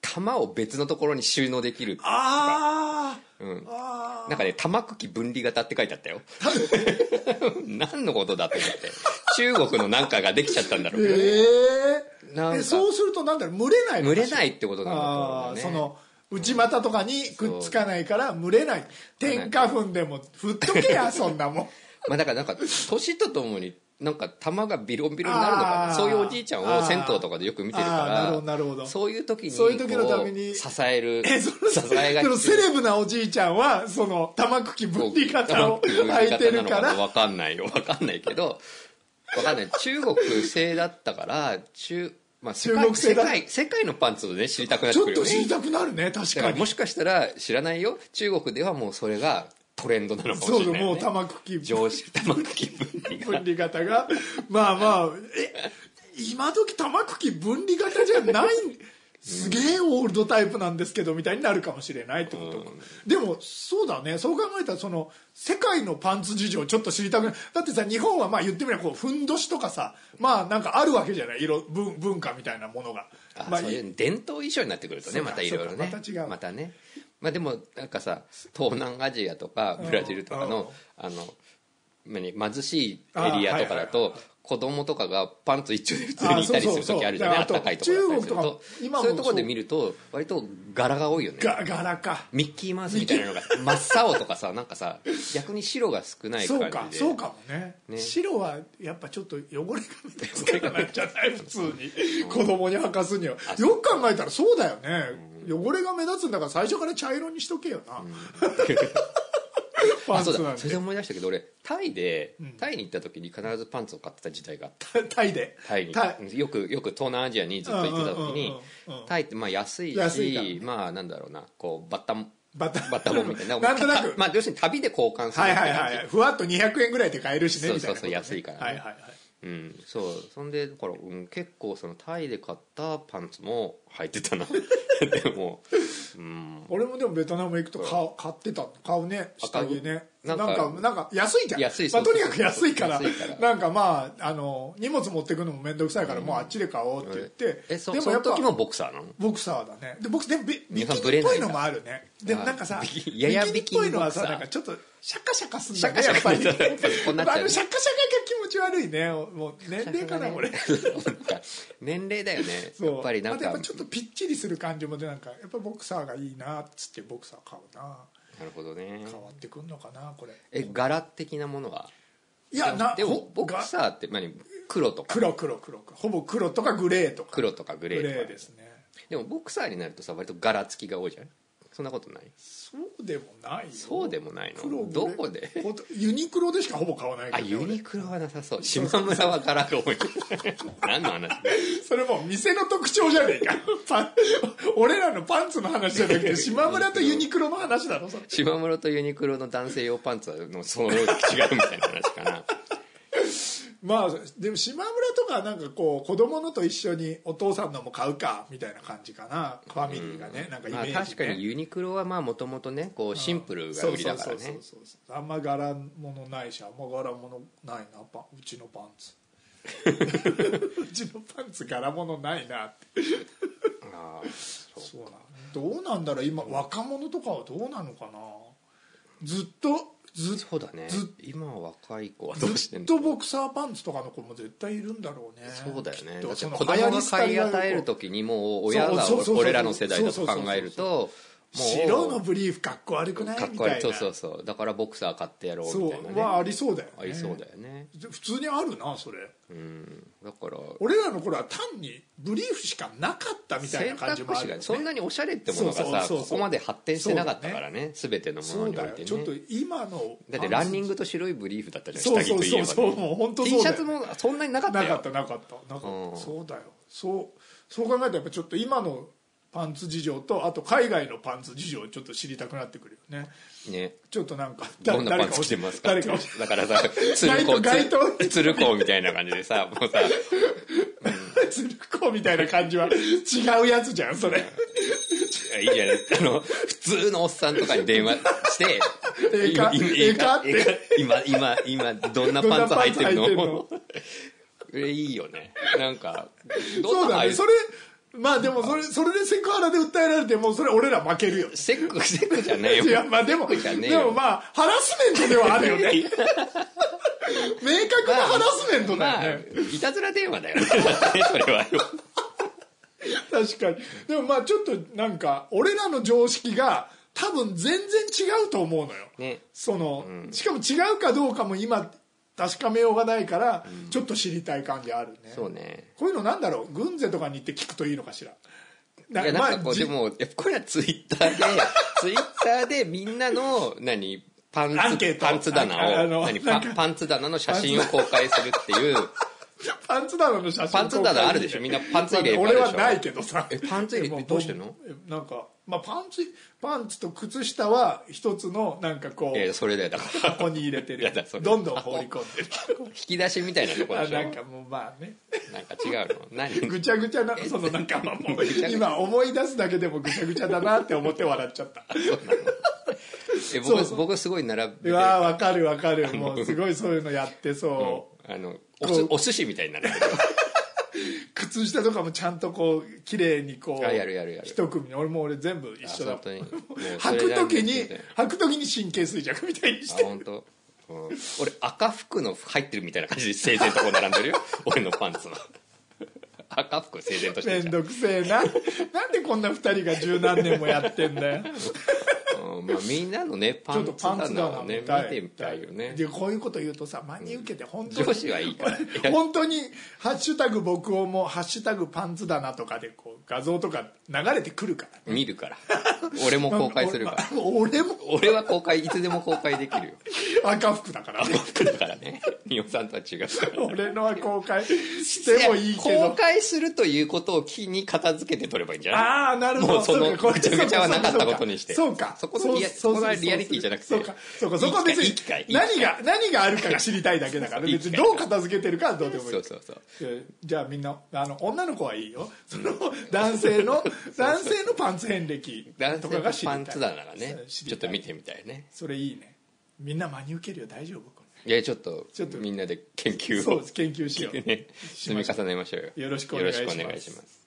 Speaker 1: 玉を別のところに収納できる
Speaker 2: ああ、
Speaker 1: うん
Speaker 2: あ
Speaker 1: なんかね、玉茎分離型って書いてあ ったよ。何のことだと思って。中国のなんかができちゃったんだろ
Speaker 2: ー
Speaker 1: うけどね。
Speaker 2: え
Speaker 1: なん
Speaker 2: ー、
Speaker 1: か
Speaker 2: えそうするとなんだろう群れないの
Speaker 1: 蒸
Speaker 2: か
Speaker 1: れ
Speaker 2: しら
Speaker 1: ないってことなんだと思
Speaker 2: あ
Speaker 1: うん
Speaker 2: あ
Speaker 1: だ
Speaker 2: そ
Speaker 1: よね。
Speaker 2: の内股とかにくっつかないから群れない天下粉でも振っとけやそんな もん
Speaker 1: まあだからなんか、年とともに、なんか玉がビロンビロンになるのか
Speaker 2: あー
Speaker 1: な。そういうおじいちゃん
Speaker 2: あー
Speaker 1: を銭湯とかでよく見てる
Speaker 2: あーなる
Speaker 1: か
Speaker 2: ほどなるほど
Speaker 1: ら、そういう時に、
Speaker 2: そういう時のために
Speaker 1: こう支える、
Speaker 2: え
Speaker 1: 支
Speaker 2: その
Speaker 1: えが
Speaker 2: そのセレブなおじいちゃんはその玉茎分離型を履いてるから
Speaker 1: わかんないよ。わかんないけど、わかんない。中国製だったから、中、まあ世界、
Speaker 2: 中国製だ
Speaker 1: 世界、世界のパンツをね、知りたくなってく
Speaker 2: ちょ
Speaker 1: る
Speaker 2: っ
Speaker 1: よ
Speaker 2: と
Speaker 1: ね。
Speaker 2: 知りたくなるね確
Speaker 1: だか
Speaker 2: か
Speaker 1: らも
Speaker 2: に
Speaker 1: しかしたら知らないよ中国ではもうそれがトレンドなのかもしれ
Speaker 2: そう
Speaker 1: ない、
Speaker 2: そ
Speaker 1: ね、
Speaker 2: うもう玉茎
Speaker 1: 常識玉茎分離が
Speaker 2: 分離型がまあまあえ今時玉茎分離型じゃないすげえオールドタイプなんですけどみたいになるかもしれないってことか、でもそうだねそう考えたらその世界のパンツ事情ちょっと知りたくないだってさ日本はまあ言ってみればこうふんどしとかさまあなんかあるわけじゃない色文文化みたいなものが
Speaker 1: あ、
Speaker 2: まあ、
Speaker 1: そういう伝統衣装になってくるとね
Speaker 2: そうか
Speaker 1: またいろいろね
Speaker 2: そうかまた違う
Speaker 1: ねまあでもなんかさ東南アジアとかブラジルとかのあの何貧しいエリアとかだ
Speaker 2: あはいはい
Speaker 1: と子供とかがパンツ一丁で普通にいたりする時あるじゃない
Speaker 2: あ
Speaker 1: あ
Speaker 2: ー
Speaker 1: っ
Speaker 2: そ
Speaker 1: た
Speaker 2: うそうそう
Speaker 1: かいところだったりする
Speaker 2: 中国
Speaker 1: と
Speaker 2: とか今も
Speaker 1: そういうところで見ると割と柄が多いよね
Speaker 2: が柄か
Speaker 1: ミッキーマウスみたいなのが真っ青とかさなんかさ逆に白が少ない感
Speaker 2: そ
Speaker 1: じ
Speaker 2: う
Speaker 1: で
Speaker 2: かそうかもね
Speaker 1: ね
Speaker 2: 白はやっぱちょっと汚れが目立つからなん じゃない普通に子供に履かすにはよく考えたらそうだよね汚れが目立つんだから最初から茶色にしとけよな パ
Speaker 1: あ
Speaker 2: ン
Speaker 1: そう
Speaker 2: ツなん
Speaker 1: だそれで
Speaker 2: て
Speaker 1: 思い出したけど俺タイで、タイに行った時に必ずパンツを買ってた時代があった
Speaker 2: タイで
Speaker 1: タイに
Speaker 2: タイ
Speaker 1: よくよく東南アジアにずっと行ってた時
Speaker 2: うん
Speaker 1: に
Speaker 2: うんうんうんうん
Speaker 1: タイってまあ安いし
Speaker 2: 安いからね
Speaker 1: まあなんだろうなこうバッタモ
Speaker 2: バタ
Speaker 1: バッタモンみたいな
Speaker 2: なんとな く
Speaker 1: まあ要するに旅で交換する
Speaker 2: はいはいはいはいふわっと200円ぐらいで買えるしね
Speaker 1: そう
Speaker 2: みたいな
Speaker 1: そうそう安いからね
Speaker 2: はいはいはい
Speaker 1: うんそうそんでだから、うん、結構そのタイで買ったパンツも履いて たなでもうん
Speaker 2: 俺もでもベトナム行くと買う買ってた買うね下着ねな
Speaker 1: 買
Speaker 2: ん
Speaker 1: う
Speaker 2: か
Speaker 1: なんか
Speaker 2: なんか安いじゃん
Speaker 1: 安い
Speaker 2: まあ、
Speaker 1: そ
Speaker 2: と
Speaker 1: う
Speaker 2: にかく安いから
Speaker 1: 安いから
Speaker 2: なんかまああの荷物持ってくのも面倒くさいから、もうあっちで買おうって言って、
Speaker 1: えそ
Speaker 2: で
Speaker 1: そ
Speaker 2: もや
Speaker 1: の
Speaker 2: っぱ
Speaker 1: 時もボクサーなの
Speaker 2: ボクサーだねで僕でもビビ
Speaker 1: 皆さん
Speaker 2: キニ
Speaker 1: ブレ
Speaker 2: っぽ
Speaker 1: ないいな
Speaker 2: のもあるねでもなんかさ
Speaker 1: ビキやや
Speaker 2: ビキニっぽいのはさ
Speaker 1: ビキニボクサー
Speaker 2: なんかちょっとシャカシャカすん
Speaker 1: シ
Speaker 2: だ
Speaker 1: ャ
Speaker 2: ね
Speaker 1: カシャカ
Speaker 2: やっぱり
Speaker 1: やっぱりこうなっちゃう
Speaker 2: あのシャカシャカが気持ち悪いねもう年齢かな、俺
Speaker 1: なんか年齢だよね
Speaker 2: そう
Speaker 1: やっぱりなん
Speaker 2: あとや
Speaker 1: か
Speaker 2: っぱちょっとぴっちりする感じもねなんかやっぱボクサーがいいなっつってボクサー買うな
Speaker 1: なるほどね
Speaker 2: 変わってくんのかなこれ
Speaker 1: え柄的なものはい
Speaker 2: やな
Speaker 1: でも
Speaker 2: ほ
Speaker 1: ボクサーって何黒とか
Speaker 2: 黒黒黒黒ほぼ黒とかグレーとか
Speaker 1: 黒とかグレ
Speaker 2: グ
Speaker 1: ーとか
Speaker 2: レーですね
Speaker 1: でもボクサーになるとさ割と柄付きが多いじゃんそんなことない
Speaker 2: そうでもないよ
Speaker 1: そうでもない
Speaker 2: 黒
Speaker 1: の
Speaker 2: グレー
Speaker 1: どこで
Speaker 2: ほんとユニクロでしかほぼ買わない
Speaker 1: あ
Speaker 2: けど
Speaker 1: ユ
Speaker 2: ね
Speaker 1: ニクロはなさそう島村は柄が 多い何の話
Speaker 2: 俺それもう店の特徴じゃね えかパン俺らのパンツの話じゃな くて島村とユニクロの話だろそれ
Speaker 1: 島村とユニクロの男性用パンツはのその違うみたいな話かな
Speaker 2: まあでも島村とかはなんかこう子供のと一緒にお父さんのも買うかみたいな感じかなファミリーがね、 なんかイメ
Speaker 1: ま
Speaker 2: ー
Speaker 1: あ
Speaker 2: ジ、ね
Speaker 1: 確かにユニクロはまあもともとねこうシンプルが売りだから
Speaker 2: そうそ
Speaker 1: ね
Speaker 2: うそうそうあんま柄物ないしあんま柄物ないなパンうちのパン ツうちのパンツ柄物ないなって
Speaker 1: ああそう
Speaker 2: そうなのどうなんだろう今若者とかはどうなのかなずっとずっ
Speaker 1: そうだね
Speaker 2: ず
Speaker 1: 今は若い子はどうしてんの
Speaker 2: とボクサーパンツとかの子も絶対いるんだろうね
Speaker 1: そうだよ
Speaker 2: き
Speaker 1: ねだ
Speaker 2: っと
Speaker 1: って
Speaker 2: その
Speaker 1: 子供が買い与える
Speaker 2: 流行り廃りが
Speaker 1: 時にもう親が
Speaker 2: そうそうそうそう
Speaker 1: 俺らの世代だと考えるともう
Speaker 2: 白のブリーフかっこ悪くない
Speaker 1: かっ
Speaker 2: み
Speaker 1: こ
Speaker 2: た
Speaker 1: 悪い
Speaker 2: い
Speaker 1: そう
Speaker 2: な
Speaker 1: そうそうだからボクサー買ってやろうみたいな
Speaker 2: そう
Speaker 1: ね
Speaker 2: はあ
Speaker 1: あ
Speaker 2: りそうだよね
Speaker 1: りそうだよね
Speaker 2: 普通にあるなそれ
Speaker 1: うんだから
Speaker 2: 俺らの頃は単にブリーフしかなかったみたい
Speaker 1: 選
Speaker 2: な感じも
Speaker 1: 択
Speaker 2: あ
Speaker 1: 肢
Speaker 2: るよ
Speaker 1: が
Speaker 2: ね
Speaker 1: そんなにおしゃれってもの
Speaker 2: そうそう
Speaker 1: がさ
Speaker 2: そうそう
Speaker 1: ここまで発展してなかったからね全てのもの
Speaker 2: そう
Speaker 1: にお
Speaker 2: だ
Speaker 1: い
Speaker 2: よ、
Speaker 1: て
Speaker 2: ちょっと
Speaker 1: ね
Speaker 2: 今の
Speaker 1: だってランニン
Speaker 2: グ
Speaker 1: グと白いブリーフだったじゃん
Speaker 2: そ
Speaker 1: 下
Speaker 2: う
Speaker 1: 着
Speaker 2: そ
Speaker 1: といえば
Speaker 2: うそう
Speaker 1: ね
Speaker 2: そうもう本当
Speaker 1: T
Speaker 2: そう
Speaker 1: シャ
Speaker 2: だよ
Speaker 1: ツもそんなになかった
Speaker 2: なか
Speaker 1: よ
Speaker 2: ったなかったなかった、
Speaker 1: うん
Speaker 2: そうだよそうそう考えたらやっぱちょっと今のパンツ事情とあと海外のパンツ事情をちょっと知りたくなってくるよね
Speaker 1: ね
Speaker 2: ちょっとなんか
Speaker 1: どんなパンツ着てますか
Speaker 2: 誰か教え
Speaker 1: だからさ鶴子
Speaker 2: 街頭街
Speaker 1: つ
Speaker 2: 頭
Speaker 1: 鶴子みたいな感じでさもうさ
Speaker 2: 鶴子みたいな感じは違うやつじゃんそれ
Speaker 1: いやいいじゃないあの普通のおっさんとかに電話して「
Speaker 2: ええか
Speaker 1: 今
Speaker 2: ええかって
Speaker 1: ええか今今今どんなパンツ履いてるの?
Speaker 2: どんなパン」
Speaker 1: えいいよねなんか
Speaker 2: そ
Speaker 1: ど
Speaker 2: うん
Speaker 1: な
Speaker 2: だ
Speaker 1: 履い
Speaker 2: ねそれまあでもそれそれでセクハラで訴えられてもうそれ俺ら負けるよ
Speaker 1: セックセックじゃねえよ
Speaker 2: いやまあでも
Speaker 1: じゃねえ
Speaker 2: で
Speaker 1: よ
Speaker 2: もまあハラスメントではあるよね明確なハラスメント
Speaker 1: ま
Speaker 2: だ
Speaker 1: あ
Speaker 2: よね、
Speaker 1: いたずら電話だよねだってねそれは
Speaker 2: 確かにでもまあちょっとなんか俺らの常識が多分全然違うと思うのよ、
Speaker 1: ね
Speaker 2: その、しかも違うかどうかも今確かめようがないから、ちょっと知りたい感じあるね
Speaker 1: そうね
Speaker 2: こういうのなんだろう軍勢とかに行って聞くといいのかしら
Speaker 1: いやなんかこう、
Speaker 2: じ
Speaker 1: でも、いやこれはツイッター で、ツイッターでみんなの、何、パン
Speaker 2: アンケー
Speaker 1: ツ、
Speaker 2: ト
Speaker 1: パンツ
Speaker 2: ああ
Speaker 1: 棚
Speaker 2: の
Speaker 1: を、何
Speaker 2: な
Speaker 1: パ
Speaker 2: んか
Speaker 1: ン、パンツ棚の写真を公開するっていう、
Speaker 2: パンツ棚の写真
Speaker 1: パンツ棚あるでしょみんなパンツ入れいっぱいある
Speaker 2: 俺
Speaker 1: でしょ
Speaker 2: はないけどさ
Speaker 1: えパンツ入れ
Speaker 2: でも
Speaker 1: どうしてんの
Speaker 2: えなんか、まあ、パンツパンツと靴下は一つのなんかこ
Speaker 1: いやいうやそれだよ、だから。
Speaker 2: 箱に入れて
Speaker 1: いや
Speaker 2: る
Speaker 1: だそれ
Speaker 2: どんどん放り込んでる
Speaker 1: 引き出しみたいなとこ
Speaker 2: あ
Speaker 1: でしょ
Speaker 2: なんかもうまあね
Speaker 1: なんか違うの何
Speaker 2: ぐちゃぐちゃなそのなんかまあもう
Speaker 1: ぐちゃぐちゃ
Speaker 2: 今思い出すだけでもぐちゃぐちゃだなって思って笑っち ゃった
Speaker 1: え
Speaker 2: そうそ
Speaker 1: 僕、
Speaker 2: う
Speaker 1: 僕すごい並べて
Speaker 2: う
Speaker 1: る、
Speaker 2: わーわかるわかるもうすごいそういうのやってそう
Speaker 1: あの、おすお寿司みたいになるけど。
Speaker 2: 靴下とかもちゃんとこう綺麗にこう
Speaker 1: あやるやるやる
Speaker 2: 一組に俺も俺全部一緒だ
Speaker 1: あ本当にもうそ
Speaker 2: 履
Speaker 1: れ
Speaker 2: く時
Speaker 1: ラン
Speaker 2: に
Speaker 1: キングで
Speaker 2: 履く時に神経衰弱みたいに
Speaker 1: あ
Speaker 2: して
Speaker 1: 本当。うん俺赤服の入ってるみたいな感じで整然とこう並んでる よ俺のパンツは赤服整然として
Speaker 2: め
Speaker 1: るじ
Speaker 2: ん
Speaker 1: ゃん
Speaker 2: どくせえななんでこんな二人が十何年もやってんだよ
Speaker 1: うんまあ、みんなのね
Speaker 2: ち
Speaker 1: パ
Speaker 2: ょっ
Speaker 1: ン
Speaker 2: と
Speaker 1: ツ
Speaker 2: パンツだ
Speaker 1: 棚
Speaker 2: な
Speaker 1: を
Speaker 2: み
Speaker 1: ね見
Speaker 2: たい
Speaker 1: てみたいよね
Speaker 2: でこういうこと言うとさ真に受けて本当に
Speaker 1: 女子はいいから
Speaker 2: 本当に「ハッシュタグ僕をもうハッシュタグパンツだな」とかでこう画像とか流れてくるから
Speaker 1: 見るから俺も公開する から
Speaker 2: まあ俺も
Speaker 1: 俺は公開いつでも公開できるよ
Speaker 2: 赤服だからね
Speaker 1: 服だからね二葉さんとは違うから
Speaker 2: 俺のは公開してもいいけ
Speaker 1: いや公
Speaker 2: ど
Speaker 1: 開するということを機に片付けて取ればいいんじゃない
Speaker 2: ああなるほど
Speaker 1: もうその
Speaker 2: うかこ
Speaker 1: ぐ
Speaker 2: れ
Speaker 1: ちゃぐちゃはなかったことにして
Speaker 2: そうか
Speaker 1: そこのリア
Speaker 2: うう
Speaker 1: そこは
Speaker 2: うう
Speaker 1: リアリティじゃなくて
Speaker 2: そうかそうかそこは別
Speaker 1: い
Speaker 2: に
Speaker 1: い機会いい機会
Speaker 2: 何が何があるかが知りたいだけだから
Speaker 1: いい
Speaker 2: 別
Speaker 1: 機会
Speaker 2: にどう片付けてるかはどうでもい
Speaker 1: そ
Speaker 2: いう
Speaker 1: そうそう
Speaker 2: いやじゃあみんなあの女の子はいいよその男性の男性のパンツ遍歴
Speaker 1: 男
Speaker 2: と
Speaker 1: 性
Speaker 2: か
Speaker 1: の
Speaker 2: が知りた
Speaker 1: パ
Speaker 2: い
Speaker 1: ンツ棚がね
Speaker 2: そう知
Speaker 1: ち
Speaker 2: りた
Speaker 1: ょ
Speaker 2: い
Speaker 1: っと見てみたいね
Speaker 2: それいいねみんな真に受けるよ大丈夫こ
Speaker 1: いやちょっと
Speaker 2: ちょっと
Speaker 1: みんなで研
Speaker 2: れ
Speaker 1: 究
Speaker 2: そ
Speaker 1: を
Speaker 2: う研究しよう
Speaker 1: ね積み重ねましょう
Speaker 2: よろしくお願いします
Speaker 1: よろしくお願いします